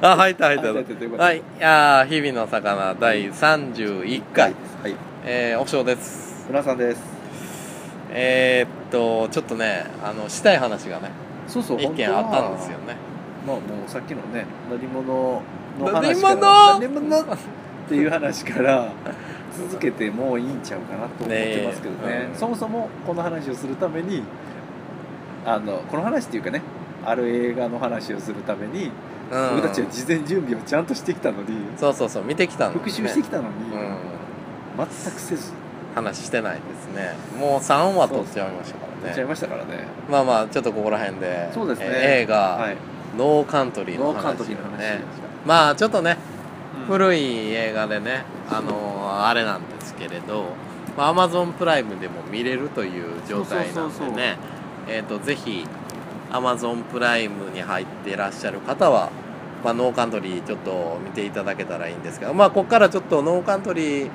あ入った入っ入った入ったというたことではいあー日々の魚第31回、はいえー、オフショーです村さんですえー、っとちょっとねあのしたい話がねそうそう一件あったんですよねまあもうさっきのね乗り物の乗り話物から乗り物っていう話から続けてもういいんちゃうかなと思ってますけどねねえうんそもそもこの話をするためにあのこの話っていうかねある映画の話をするために、うん僕たちは事前準備をちゃんとしてきたのに、そうそうそう見てきたんで復す、習ね、してきたのに、うん全くせず話してないですねもう3話撮っちゃいましたからやねっちゃいましたからねまあまあちょっとここら辺でそうですねえー映画、はいノーカントリーのノー話カントリーの話ねまあちょっとねい古い映画でね、あのーあれなんですけれど、まあ、Amazon プライムでも見れるという状態なんそでうそうそうそうねえっとぜひ Amazon プライムに入ってらっしゃる方は、まあ、ノーカントリーちょっと見ていただけたらいいんですけどまあここからちょっとノーカントリー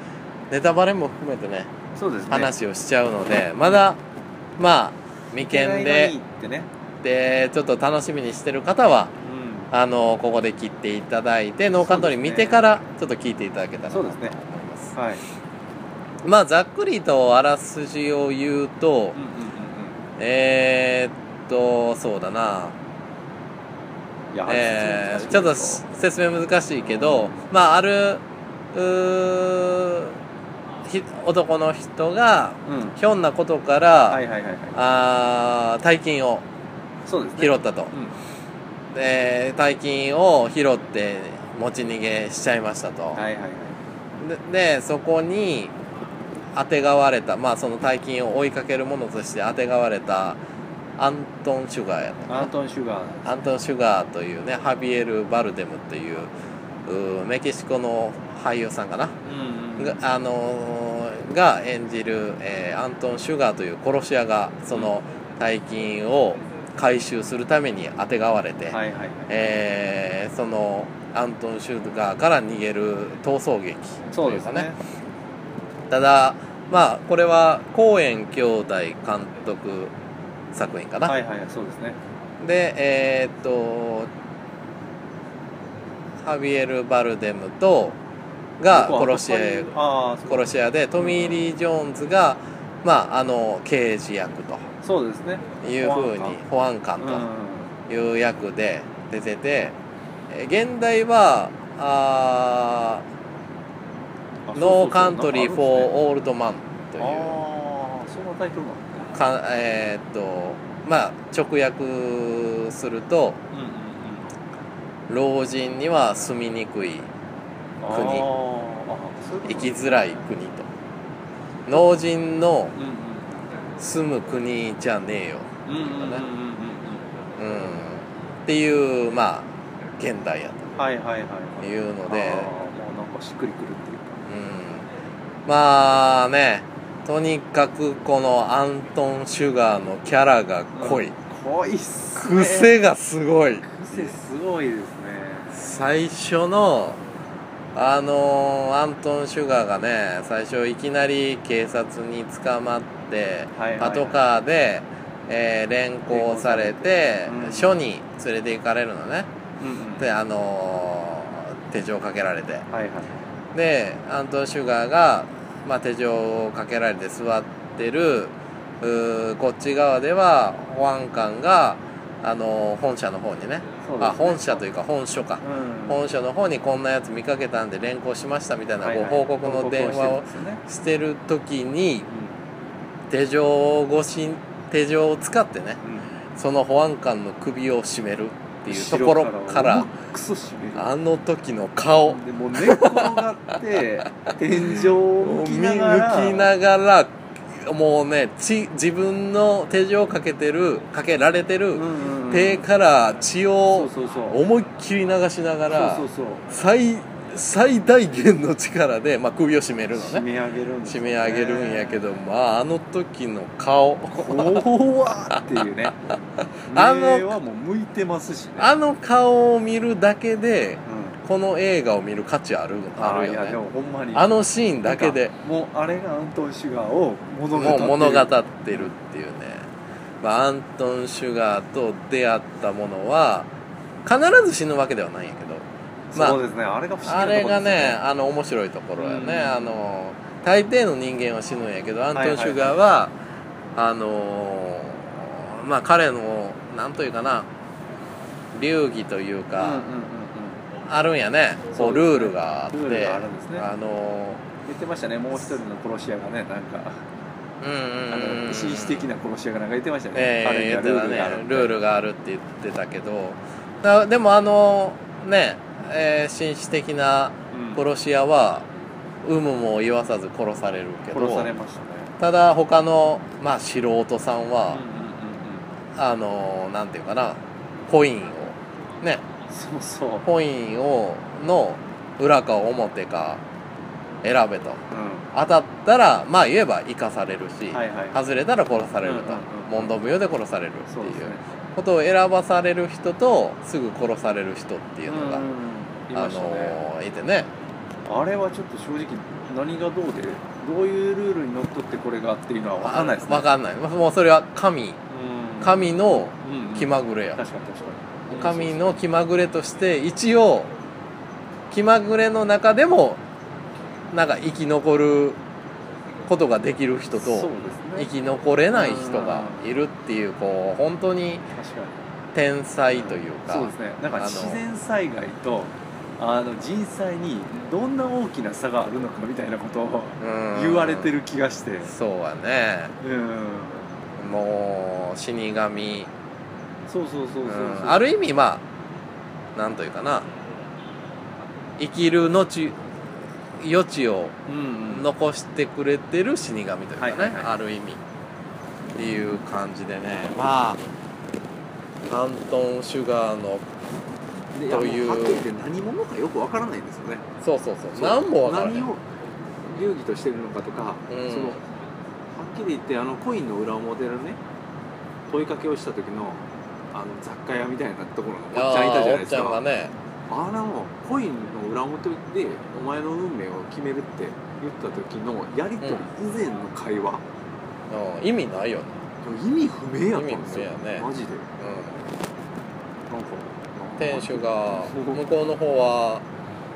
ネタバレも含めてねそうですね話をしちゃうのでまだまあ未見いでってね、でちょっと楽しみにしてる方はあのここで切っていただいてノーカントリー見てからちょっと聞いていただけたらなとそう思でいすねますはい、まあざっくりとあらすじを言うと、うんうんうんえー、っとそうだな、うんいや、え説ーちょっ明と難しいし説明難しいけどまああるうーひ男の人がけどうん、ひょんなことから、はいはいはいはいあー大金をそうですね拾ったと、うんで大金を拾って持ち逃げしちゃいましたと、はいはいはいででそこにあてがわれたまあその大金を追いかけるものとしてあてがわれたアントン・シュガーやったかアなントン・シュガーアントン・シュガーというねハビエル・バルデムといううーメキシコの俳優さんかな、うんうんがあのーが演じる、えーアントン・シュガーという殺し屋がその大金を回収するためにあてがわれて、はいはいはいえーそのアントン・シュガーから逃げる逃走劇そうですというかねただまあこれはコーエン兄弟監督作品かな、はいはいはいそうですねでえーっとハビエル・バルデムとが僕は殺し屋ああそう殺し屋でトミー・リー・ジョーンズがまああの刑事役とそうですねいうふうに保安官うんという役で出てて、えー現代はああーノーカントリー・フォー・そうオールドマンとそうそういなんかあるうんですねああそんなタイトルなんだかえーっとまあ直訳するとうんうんうん老人には住みにくいあーあそういうこと生きづらい国と老人のうんうん住む国じゃねえよ、うんうんうんうんうんうん、っていうまあ現代やうんはいはいはいはといいうのであー、もうなんかしっくりくるっていうかうん、まあねとにかくこのアントン・シュガーのキャラが濃い、濃いっすね癖がすごい癖すごいですね最初のあのーアントン・シュガーがね最初いきなり警察に捕まって、はいはいはいパトカーで、えー連行されて連行さ署れに連れて行かれるのねうんうんであのー手錠かけられてはいはいでアントン・シュガーが、まあ、手錠をかけられて座ってるうーこっち側では保安官が、あのー本社の方にねそうですねあ本社というか本署か、うん本署の方にこんなやつ見かけたんで連行しましたみたいなご報告の電話をしてる時に手錠越し手錠を使ってねその保安官の首を絞めるっていうところからクソ締めるあの時の顔でもう寝転がって天井をを向見き向ながらきながらもうね血自分の手錠をかけてるかけられてうんるうんうん手から血そうをそうそう思いっきり流しながらそうそう最最大限の力で、まあ、首を絞めるのそう締ねめ上げるんで締すよめね上げるんやけどまああの時の顔怖っっていうね ああのの目はもう向いてますしねあの顔を見るだけでうんこの映画を見る価値あるあるいやでよねもほんまにあのシーンだけでもうあれがアントン・シュガーを物語もうってる物語ってるっていうね、まあ、アントン・シュガーと出会ったものは必ず死ぬわけではないんやけど、まあそうですねあれが不思あ議なれところがですよねあの面白いところやね、うんあの大抵の人間は死ぬんやけどアントン・シュガーは,、あのーまあ彼のなんというかな流儀といううんうんうんうかん、あるんやねこそううですねルールがあってルールがあるんですねあの言ってましたねもう一人の殺し屋がねなんかーうんあうんうんうんの紳士的な殺し屋がなんか言ってましたね、え彼にえは言ルってーたルがあるねみたいルールがあるって言ってたけどだでもあのねえー紳士的なうん殺し屋は有無も言わさず殺されるけ殺されどましたねただ他の、まあ、素人さんうんはうん、うんあのなんていうかなコインをねうんそうそう、うん、コインをの裏か表か選べと当たったらまあ言えば生かされるし、はいはい外れたら殺されると、うんうんうん問答無用で殺されるってそういですうねことを選ばされる人とすぐ殺される人っていうのが、うんいあましたね、のいてねあれはちょっと正直何がどうでどういうルールにのっとってこれがっていうのは分かんないですねわかんないもうそれは神うん神のうんうん気まぐれや、確かに確かに神の気まぐれとして一応気まぐれの中でもなんか生き残ることができる人そうと生ですねき残れない人がいるっていうこう本当に確かに天才というか、そうですねなんかあの自然災害とあの人災にどんな大きな差があるのかみたいなことをうん言われてる気がしてそうやねうんもう死神そうそうそうそううんある意味まあなんというかな生きるのち余地をうんうん残してくれてる死神というかね、はいはいはいある意味っていう感じでねまあアントン・シュガーのでというやもはっきり言って何者かよくわからないんですよねそうそうそうそう何もわからない何を流儀としてるのかとか、うんそのはっきり言ってあのコインの裏表のね問いかけをした時のあの雑貨屋みたいなところのおっちあゃんいたーじゃおないっですちゃんかがねあれもコインの裏表でお前の運命を決めるって言った時のやり取り以前の会話、うん意味ないよね、意味不明やったんですよ意味不明やねマジでうなんかん、店主が向こうの方は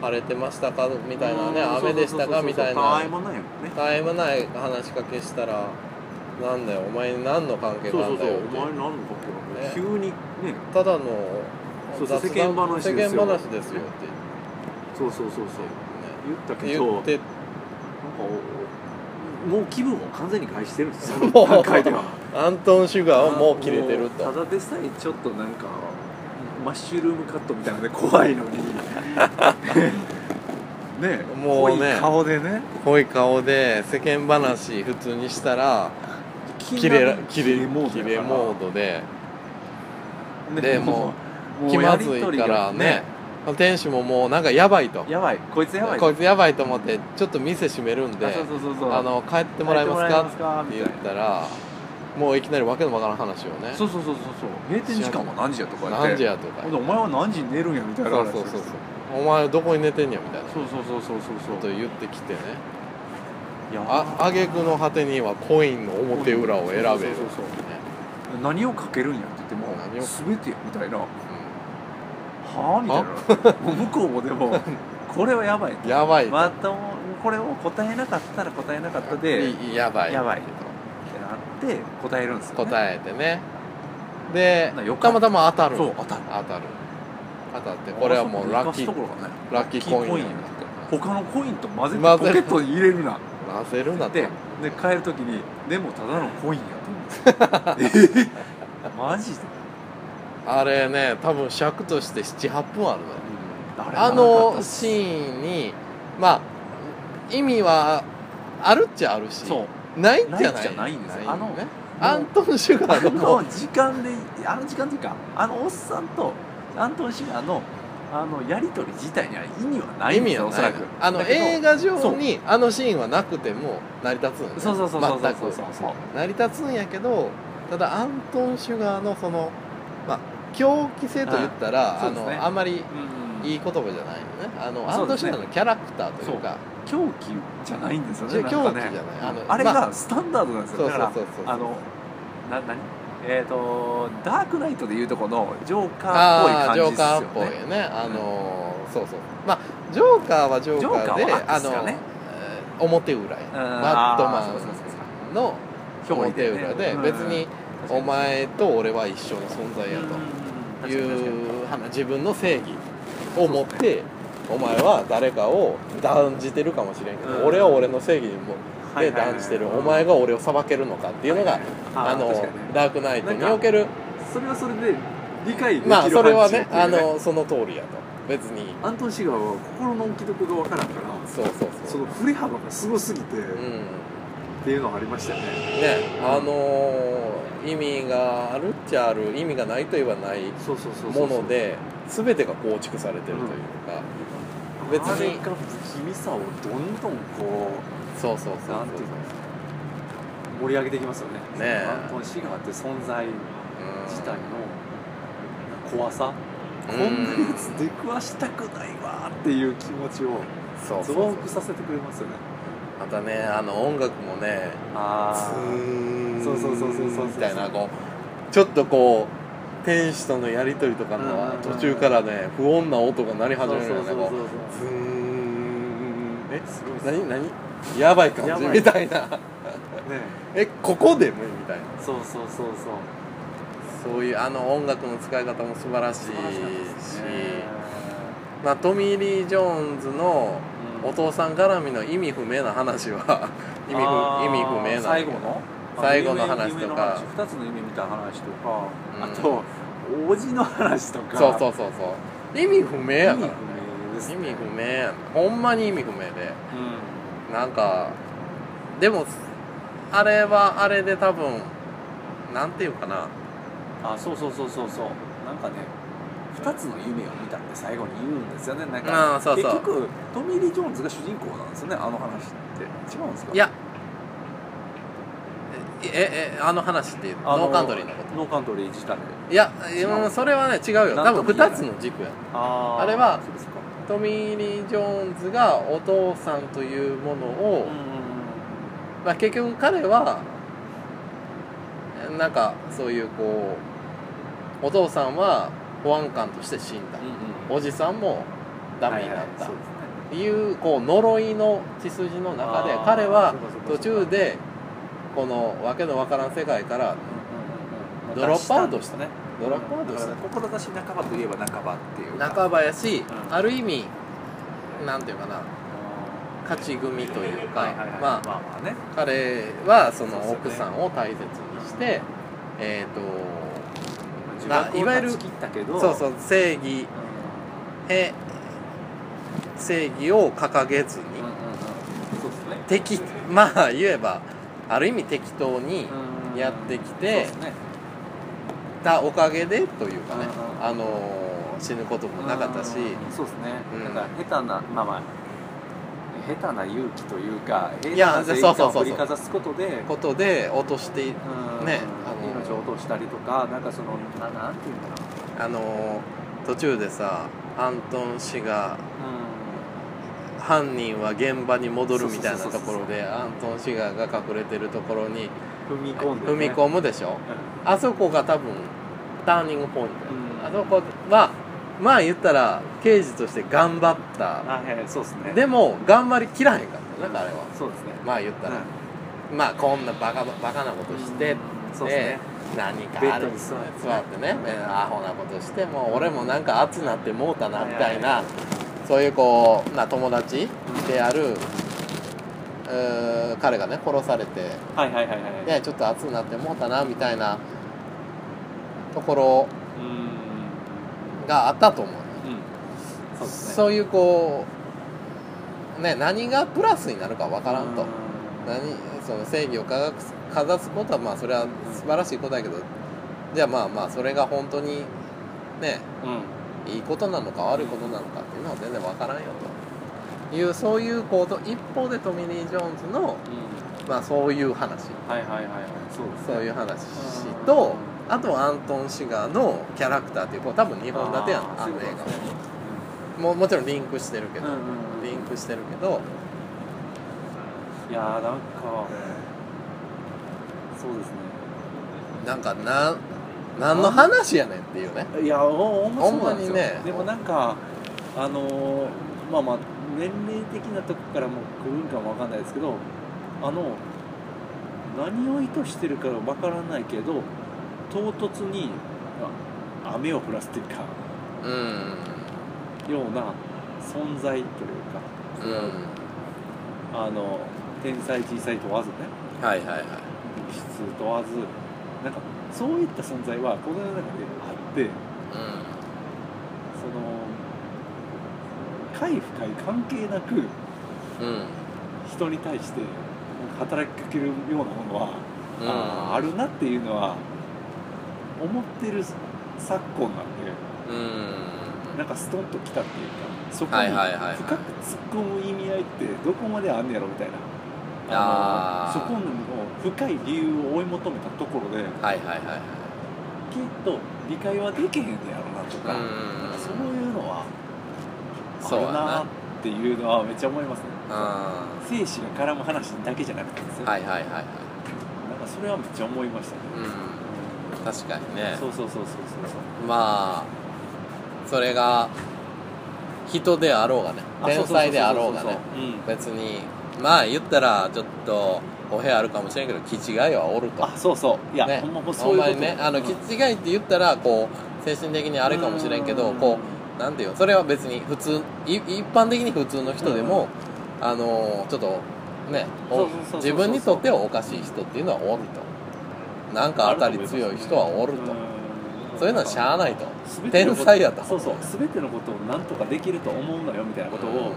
荒れてましたかみたいなね雨でしたかみたいたわないもないもんね絶え間ない話しかけしたら「なんだよお前に何の関そ係うそがあんうだそうよ」っお前何のかってね急にねてただのそうそう雑談世間話ですよ世間話ですよってそうそうそうそう言ったけ言って,、ど言ってなんかおもう気分を完全に害してるんです よその段階ではアントン・シュガーはもう切れてるとただでさえちょっとなんかマッシュルームカットみたいなので怖いの にねえもうね濃い顔でねこういう顔で世間話普通にしたら切れら切れモード切やかられモードでねでもうもう気まずいやりとりかがらね店主ももうなんかやばいとやばいこいつやばいこいつやばいと思ってちょっと店閉めるんであそうそうそうそうあの帰ってもらえます帰かってもらっえますかて言ったらもういきなりわけのわからん話をねそうそうそうそうそう閉店時間は何時やとか言って何時やとかほんでお前は何時に寝るんやみたそいうなそう話そうをしてそうお前どこに寝てんやみたいなこそうそうそうそうそうとそう言ってきてねいやあ挙句の果てにはコインの表裏を選べるそうそうそうそう何をかけるんやって言っても何を全てやみたいなはあみあたいなもう向こうも でもこれはやばいうんやばいまたもうこれを答えなかったら答えなかったでっていやばいやばいなって答えるんですよ、ね、答えてねでなよかったまたま当たるそう当たる当たる当たってこれはもうラッキあそーこ生かすところがねラッキーコインラッキーコインや他のコインと混ぜて混ポぜケるットに入れるななぜるなとでで帰る時にでもただのコインや と思うんですよえーマジであれね多分尺として78分あるのよあれあなんかのシーンにまあ意味はあるっちゃあるしそうないっちゃないないっちゃないんですよないよねあのアントン・シュガあーのの時間であの時間というかあのおっさんとアントン・シガーのあのやり取り自体には意味はない意ん味ですよはおそならいくあのだけど映画上にあのシーンはなくても成り立つんよねそうそうそうそうそうそう全そうくそう成り立つんやけどただアントン・シュガーのそのまあ狂気性と言ったら、はいあそうですのねあんまりうんいい言葉じゃないよねあのアそントうでン・シュすねガーのキャラクターというか狂気じゃないんですよねじゃなんかね狂気じゃないああのれまがスタンダードなんですよそうだそかうらそうそうあのな何えー、とダークナイトでいうとこのジョーカーあっぽあいジョー感じカでーっぽいすよねよねあのーそうそうまあジョーカーはジョーカーでジョーカーはあ悪ですよのねえー表裏やんバットあーそうそうそうマンの表表裏裏でねでうん別に確かにお前と俺は一緒の存在やとうんうんうんうんいう話自分の正義を持ってお前は誰かを断じてるかもしれんけうどん俺は俺の正義にもはいではいはい断じてるお前が俺を裁けるのかっていうのがあーあの確かにねダークナイトになんかおけるそれはそれで理解できるまあそれはね範疇っていうあのその通りやと別にアントン・シガーは心の置きどころがわからんからそうそうそそうの振れ幅がすごすぎて、うっんていうのがありましたよねねあのー意味があるっちゃある意味がないといえばないそうそうそうそうもので全てが構築されてるというか別別ににが不気味さをどんどんこそうそううそうなんそていううか盛り上げていきますよねねえアントン・シガーって存在自体の怖さ、うんこんなやつ出くわしたくないわーっていう気持ちをそうそう増そう幅させてくれますよねまたねあの音楽もねあツーンそうそうそうそうそうみたいなこうちょっとこう天使とのやり取りとかうんうんのうん途中からね不穏な音が鳴り始めるよねそうそうこそううズーンえそうすごいっすね何何やばい感じやばいみたいなえここでもみたいなそうそうそうそうそういうあの音楽の使い方も素晴らしいし素晴らしかったですねまあ、トミー・リー・ジョーンズのお父さん絡みの意味不明な話は意味あー不意味不明なんだけど最後の最後の話とか2つの夢見た話とか、うんあと王子の話とかそうそううそうそう意味不明意や味から不明です、意ね、味不明やんほんまに意味不明でなんかでもあれはあれで多分なんていうかなうん、あそうそうそうそうそうなんかね2つの夢を見たって最後に言うんですよねなんかあーそうそう結局トミー・リー・ジョーンズが主人公なんですよねあの話って違うんですかいやえええあの話っていうあノーカントリーのことノーカントリー自体でいや違ううんそれはね違うよな多ん分とも言え2ないつの軸やあーあれはそうですかトミー・リー・ジョーンズがお父さんというものを、まあ、結局彼はなんかそういうこうお父さんは保安官として死んだ、おじさんもダメになった、はいはいそうい、うこう呪いの血筋の中であー彼はそうかそうかそ途うか中でこのわけのわからん世界からうんうんうんドロップアウトしたねドロップアウトしただから志半ばといえば半ばっていうか半ばやし、うんある意味なんていうかな勝ち組というか、はいはいはまあいまあまあね彼はそそうのそう奥さんを大切にしてえっ、まあいわゆる自爆を断ち切ったけどとそうそう正義へ正義を掲げずにうんうんうんうんそうですね適まあ言えばある意味適当にうんやってきてそうですねたおかげでというかねうんうんあのー死ぬこともなかったしうんそうですねうんだから下手なまあまあ下手な勇気というか下手いやな正義そうそ感うそをうそう振りかざすことでことで落としてうんね命を落としたりとかなんかそのななんていうんだろあのー途中でさアントン氏がううん犯人は現場に戻るみたいなところそうそうそうそうでアントン・シガーが隠れてるところに踏み込んで、ね、踏み込むでしょあそこが多分ターニングポイント、うんあそこはまあ言ったら刑事として頑張ったあはいはいそうですねでも頑張りきらへんかったよねあれはそうですねまあ言ったら、まあこんなバカバカなことして、うんそうですね何かベあッドるに座って座ってねえーアホなことしてもう俺もなんか熱なってもうたなはいみはいたいなそういうこうな友達であるうー彼がね殺されてはいはいはいはいねちょっと熱なってもうたなみたいなところうーんがあったと思ううんそうですねそういうこうね何がプラスになるかわからんとうー何その正義をかがかざすことはまあそれは素晴らしいことだけどじゃあまあまあそれが本当にねうんいいことなのか悪いことなのかっていうのは全然わからんよというそういうこと一方でトミー・リー・ジョーンズのうんまあそういう話はいはいはいはいそうですそういうう話とあとはアントン・シガーのキャラクターっていうこう多分2本立てやんあーあそうのい映うことですね画ももちろんリンクしてるけどうんうんうんリンクしてるけどいやーなんかそうですねなんかなん何の話やねんっていうねいやほんまそうなんですほんまによねでもなんかあのーまあまあ年齢的なとこからも来るんかもわかんないですけどあの何を意図してるかわからないけど唐突にあ雨を降らすっていうかうんような存在というか、うんあの天才小さい問わずねはいはいはい質問わずなんかそういった存在はこの世の中であってその快不快関係なくうんうん人に対してなんか働きかけるようなものは、うんあーあるなっていうのは思ってる昨今なんでうんなんかストンと来たっていうかそこはにいはいはいはい深く突っ込む意味合いってどこまであんねやろみたいなあーのそこの深い理由を追い求めたところではいはいはいはいきっと理解はできへんねやろなとか,、うんなんかそういうのはあそうるやななっていうのはめっちゃ思いますねあ精子が絡む話だけじゃなくてですーね、はいはいはいはいなんかそれはめっちゃ思いましたね、うん確かにねそうそうそうそうそうそうまあそれが人であろうがねあ天才であろうがそそねそそうん別にまあ言ったらちょっとお部屋あるかもしれんけど気違いはおるとあそうそういや、ねほんまもうそほうんいうまことにねあのうん気違いって言ったらこう精神的にあれかもしれんけどうんこうなんていうのそれは別に普通い一般的に普通の人でもあのちょっとねおそうそうそうそう自分にとってはおかしい人っていうのはおるとなんか当たり強い人はおるとうんそういうのはしゃあないと全てのこ天と才やとそうそう全てのことをなんとかできると思うのよみたいなことを、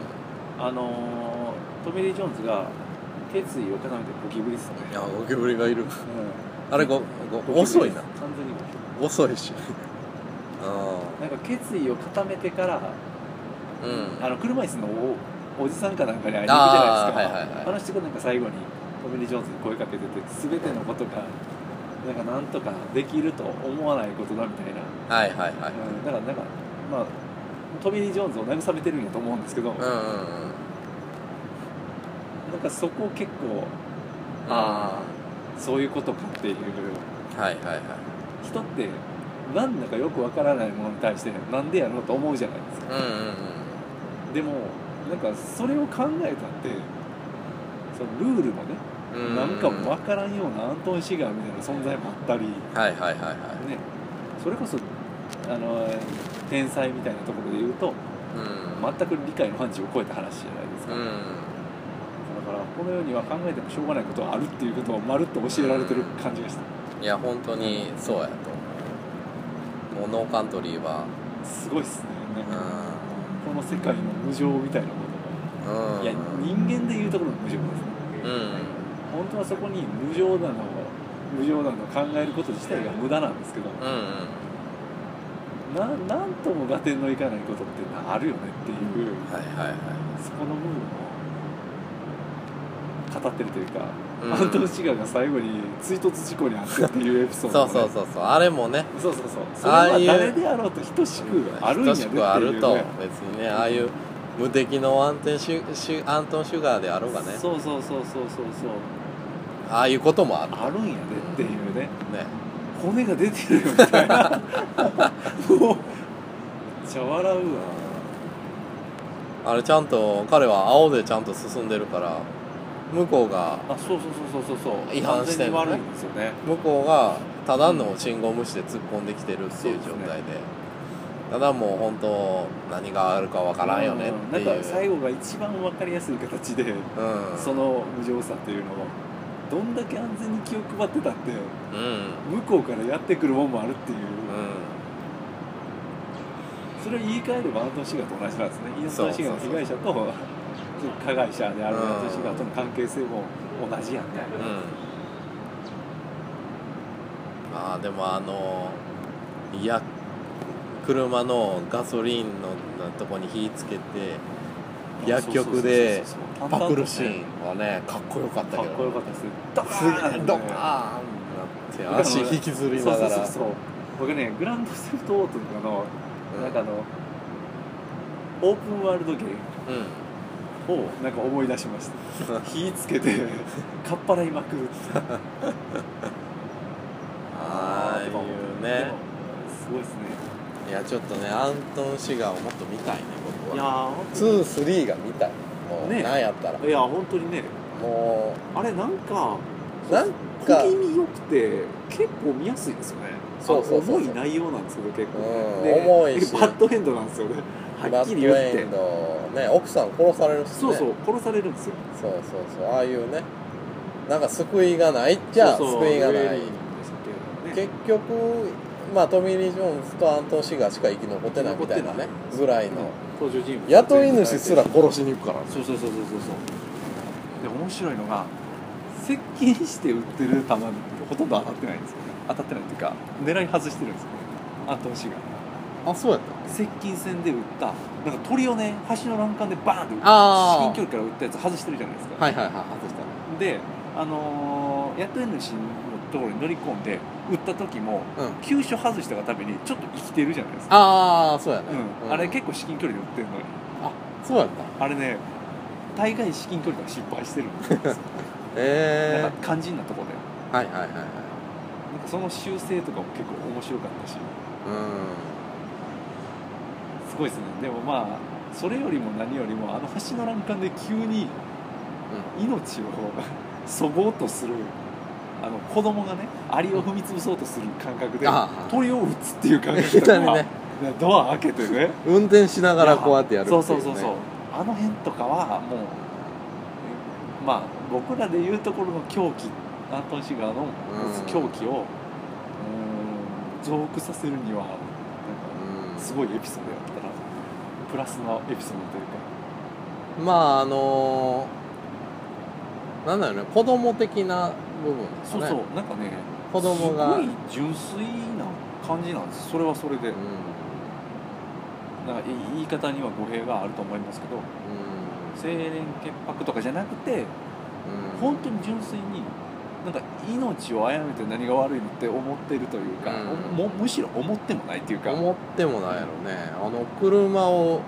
あのートミー・リー・ジョーンズが決意を固めてゴキブリっすねいやゴキブリがいるうあれごんご遅いなゴキブリです完全にゴキブ遅いしリなんか決意を固めてからうんうんあの車椅子のおおじさんかなんかに会いに行くじあゃーないですかはいはいはいあの人がなんか最後にトミー・リー・ジョーンズに声かけてて全てのことがなんかなんとかできると思わないことだみたいな、はいはいはいうん、だからなんかまあトミー・リー・ジョーンズを慰めてるんやと思うんですけど、うんうんうんなんかそこ結構あそういうことかっていうあはいはいはい人ってなんだかよくわからないものに対してなんでやろうと思うじゃないですかうんうんうんでもなんかそれを考えたってそのルールもねうんなんかもわからんようなアントン・シガーみたいな存在もあったりねはいはいはいはいそれこそあの天才みたいなところで言うとうん全く理解の範疇を超えた話じゃないですか、うだんからこの世には考えてもしょうがないことはあるっていうことをまるっと教えられてる感じがしたいや本当にそうやと思うもうノーカントリーはすごいっすねうなんかんこの世界の無常みたいなものうが、んいや人間でいうところの無常ですね、うん本当はそこに無常なのを無常なのを考えること自体が無駄なんですけど、うんうんななんとも合点のいかないことってのはあるよねっていう、はいはいはそこの部分を語ってるというか、うんアントン・シガーが最後に追突事故に遭ってっていうエピソいーそうそうドもね、そうそうあれもねそうそうそうそれああはいう誰であろうと等しくある等んやでっしてくあいるうとね別にねああいう無敵のアンテンシュシュアントン・シュガーであろうがねそうそうそうそうそうそうああいうこともあるあるんやでっていうねね骨が出てるみた いなもうめっちゃ笑うわあれちゃんと彼は青でちゃんと進んでるから向こうがあそうそうそうそうそうそう違反してるね完全に悪いんですよね向こうがただの信号無視で突っ込んできてるっていう状態でただもう本当何があるかわからんよねっていうなんか最後が一番分かりやすい形でうんその無情さっていうのをどんだけ安全に気を配ってたってうん向こうからやってくるもんもあるっていう、それを言い換えればアントン・シガーと同じなんですねイントン・シガーの被害者と加害者であるうんアントン・シガーとの関係性も同じやんみたいうんうな、んああでもあのいや車のガソリンのとこに火つけて薬局でそうそうそうそうパクるシーンはねかっこよかったかけっどこよかったですドカすげえーンドカーンなって足引きずりながらそうそうそうそう僕ねグランドセフトオートとかのうんなんかあのオープンワールドゲーうんムをなんか思い出しました 火つけてかっぱらいまくるってあいうとか思ってでねもすごいですねいやちょっとねアントン・シガーをもっと見たいねい僕やはー本当に23が見たいもう、ねなんやったらいや本当にねもあれなんかうなんか小気味よくて結構見やすいですよねそうそうそうそうあ重い内容なんですけど結う構、んで重いし バッドエンドなんですよねはバっきッり言ドっエてンドね奥さん殺されるっすねそうそう殺されるんですよそうそうそうああいうねなんか救いがないっちゃそうそう救いがウェなルいイでしたっけね結局まあトミー・リー・ジョーンズとアントン・シガーしか生き残ってないみたいなねぐらいの登場人物雇い主すら殺しに行くからそうそうそうそうそうそうで面白いのが接近して売ってる球にほとんど当たってないんですよね当たってないっていうか狙い外してるんですよねアントン氏があそうやった接近戦で打ったなんか鳥をね橋の欄干でバーンって打あー至近距離から打ったやつ外してるじゃないですか、はいはいはい外したであのー、雇い主のところに乗り込んで打った時もうん急所外したがためにちょっと生きてるじゃないですかああそうやね、うんあれ結構至近距離で打ってるのにそうやったあれね大概至近距離から失敗してるんですよなえんか肝心なところでえはいはいはいはいなんかその修正とかも結構面白かったしうすごいですねでもまあそれよりも何よりもあの橋の欄干で急に命をそごうとするあの子供がねアリを踏み潰そうとする感覚でああ鳥を打つっていう感覚ん下とかにねドア開けてね運転しながらこうやってやるってい、そううね、そうそうそうあの辺とかはもうまあ僕らで言うところの狂気アントン・シガーのうん狂気をうん増幅させるにはなんかうんすごいエピソードやったらプラスのエピソードというかまああのーなんだろうね子供的な部分ですそうねそうなんかね子供がすごい純粋な感じなんですそれはそれでうんなんかい言い方には語弊があると思いますけど清廉潔白とかじゃなくてうん本当に純粋になんか命を殺めて何が悪いのって思ってるというか、うんもむしろ思ってもないっていうか思ってもないやろねあの車を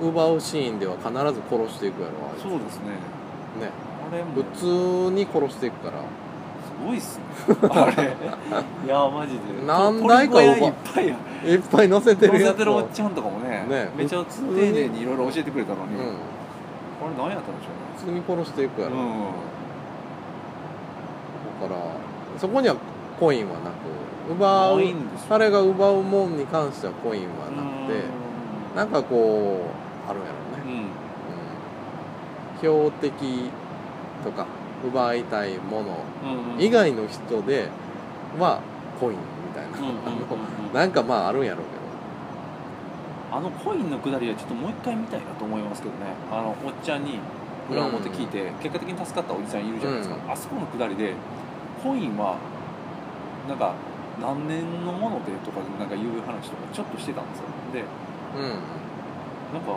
奪うシーンでは必ず殺していくやろあいつそうですねねあれも普す通に殺していくからごいっすねあれいやマジで何台か鳥小奪う屋いっぱいやいっぱい乗せて乗るやせつてるおをっちゃんとかもねねめちゃ丁寧にいろいろ教えてくれたのうに、んあれ何やったんでしょ普通に殺していくやうろ、ねだからそこにはコインはなく奪うんういいんですよ彼が奪うもんに関してはコインはなくてうんなんかこうあるやろうね、んうん、標的とか奪いたいものうんうん以外の人ではコインみたいな、うんうんうんうんあの なんかまああるんやろうあのコインのくだりはちょっともう一回見たいなと思いますけどねあのおっちゃんに裏表聞いて、結果的に助かったおじさんいるじゃないですか、うあそこのくだりでコインはなんか何年のものでとかなんかいう話とかちょっとしてたんですよでけどうんなんか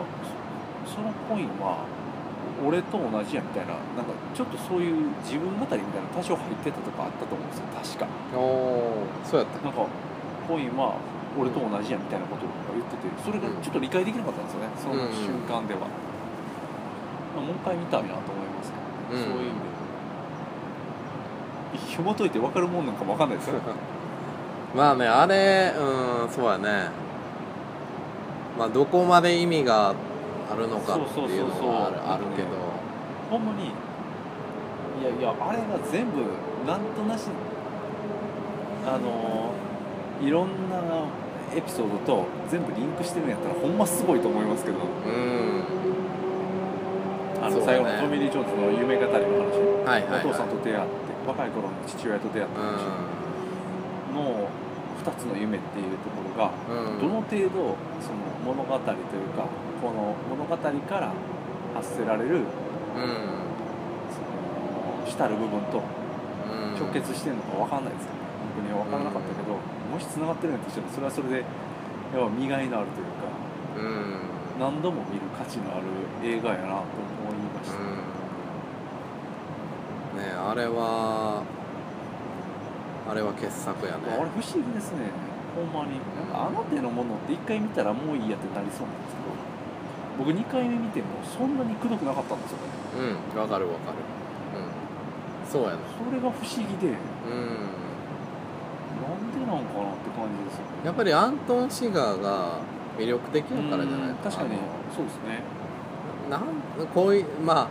そそのコインは俺と同じやみたいななんかちょっとそういう自分語りみたいな多少入ってたとかあったと思うんですよ確かおーそうやったなんかコインは俺と同じやみたいなことをなんか言っててそれがちょっと理解できなかったんですよねその瞬間では、まあもう一回見たいなと思いますけど、ねうんそういう意味で紐解いて分かるもんなんかも分かんないで すよまあねあれうんそうやねまあどこまで意味があるのかっていうのはあるあそうそうそうそうるけどほんまにいやいやあれが全部なんとなしあのーいろんなエピソードと全部リンクしてるんやったらほんますごいと思いますけどうんあそうのね最後のトミー・リー・ジョーンズの夢語りの話、はいはいはいお父さんと出会って若い頃の父親と出会った話の2つの夢っていうところがうんどの程度その物語というかこの物語から発せられうんるその主たる部分とうん直結してるのか分かんないですけど僕には分からなかったけどもし繋がってるんだとしてもそれはそれでやっぱ見がいのあるといううかんうん何度も見る価値のある映画やなと思いました。ねあれはあれは傑作やねあれ不思議ですねほんまになんかあの手のものって1回見たらもういいやってなりそうなんですけど僕2回目見てもそんなにくどくなかったんですよねうんわかるわかるうんそうやねそれが不思議でうんなんでなんかなって感じですよねやっぱりアントン・シガーが魅力的だからじゃないうん確かにそうですねなんこういうまあ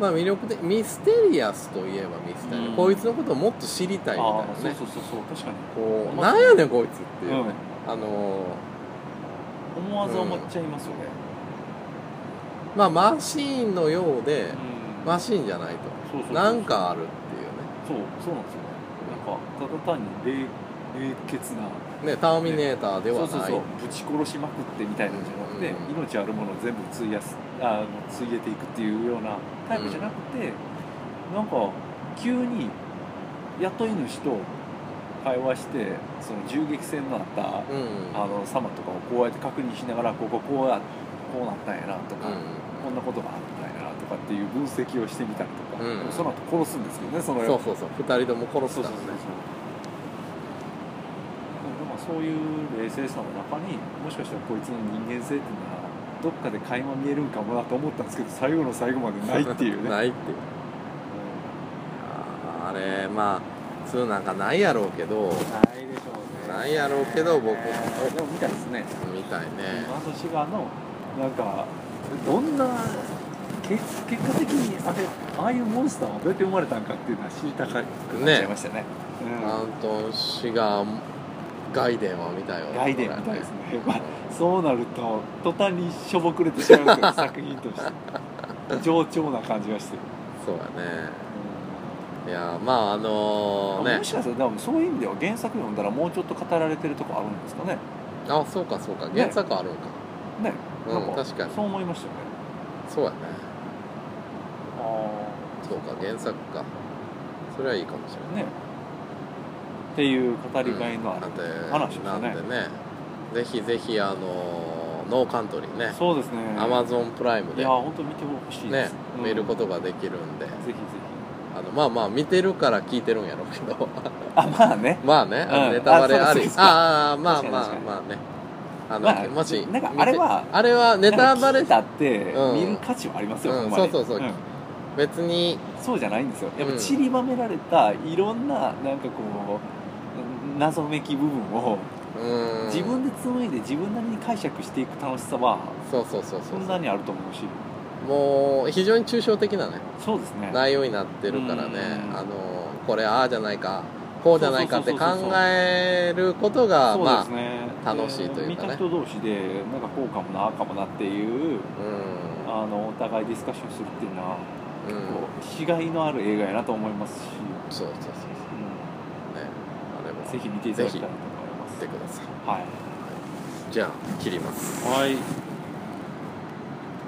まあ魅力的ミステリアスといえばミステリアス、うんこいつのことをもっと知りたいみたいなああねそうそうそうそう確かにこう、まあなんやねんこいつっていう、うんあの思わず思っちゃいますよねーまあマシーンのようで、うんマシーンじゃないとそうそうそうなんかあるってそうそうなんですよねなんかただ単に冷冷血ないうねねターミネーターではないそうそうそうぶち殺しまくってみたいなのじゃなくて、う命あるものを全部費やすあの費えていくっていうようなタイプじゃなくて、なんか急に雇い主と会話してその銃撃戦のあっうた、んあの様とかをこうやって確認しながらこここうやこうなったんやなとか、こんなことがあったんやなとかっていう分析をしてみたりとか、うんでもその後殺すんですけどねそのうん、そうそうそう二人とも殺すからねでもそういう冷静さの中にもしかしたらこいつの人間性っていうのはどっかで垣間見えるんかもなと思ったんですけど最後の最後までないっ ていうねないっていうあーあれまあ普通なんかないやろうけどいでしょうないやろうけど僕でも見たいですねみたいね今のシガのなんかどんなけ結果的にあれああいうモンスターはどうやって生まれたんかっていうのは知りたかくなっちゃいましたねうんアントン・シガーガイデンを見たよガイデンみたいですね、まあ、そうなると途端にしょぼくれてしまうんですよ作品として冗長な感じがしてる、そうやねいやまああのねもしかしたらでもそういう意味では原作読んだらもうちょっと語られてるとこあるんですかねあそうかそうかね原作あるんか、ねうんなん確かにそう思いましたよねそうやねあそうか原作かそれはいいかもしれないねっていう語りがいのある、なんで話ですねなんでねぜひぜひあのノーカントリーねそうですねアマゾンプライムいでや本当見てほしいでねす、見ることとができるんでぜひぜひあのまあまあ見てるから聞いてるんやろうけど あまあねまあね、あのうんネタバレああそうりそうそうああまあ確かにまあ確かにまあねあの、まあもしなんかあれは見てあれはネタバレだってうん見る価値はありますよ、うんほんまにそうそうそうん別にそうじゃないんですよやっうんぱ散りばめられたいろんななんかこう謎めき部分をうーん自分で紡いで自分なりに解釈していく楽しさはそうそうそうそそんうなにあると思うしもう非常に抽象的なねそうですね内容になってるからねうんあのこれああじゃないかこうじゃないかってそう考そうそうそうえることがそうでますね、あ楽しいというかね見た人同士でなんかこうかもなあかもなっていうあうんあのお互いディスカッションするっていうのは、うんこうしがいのある映画やなと思いますし、そうそうそうそううねあれもん、ぜひ見ていただきたいなと思いま見すてくださいはいじゃあ切りますはい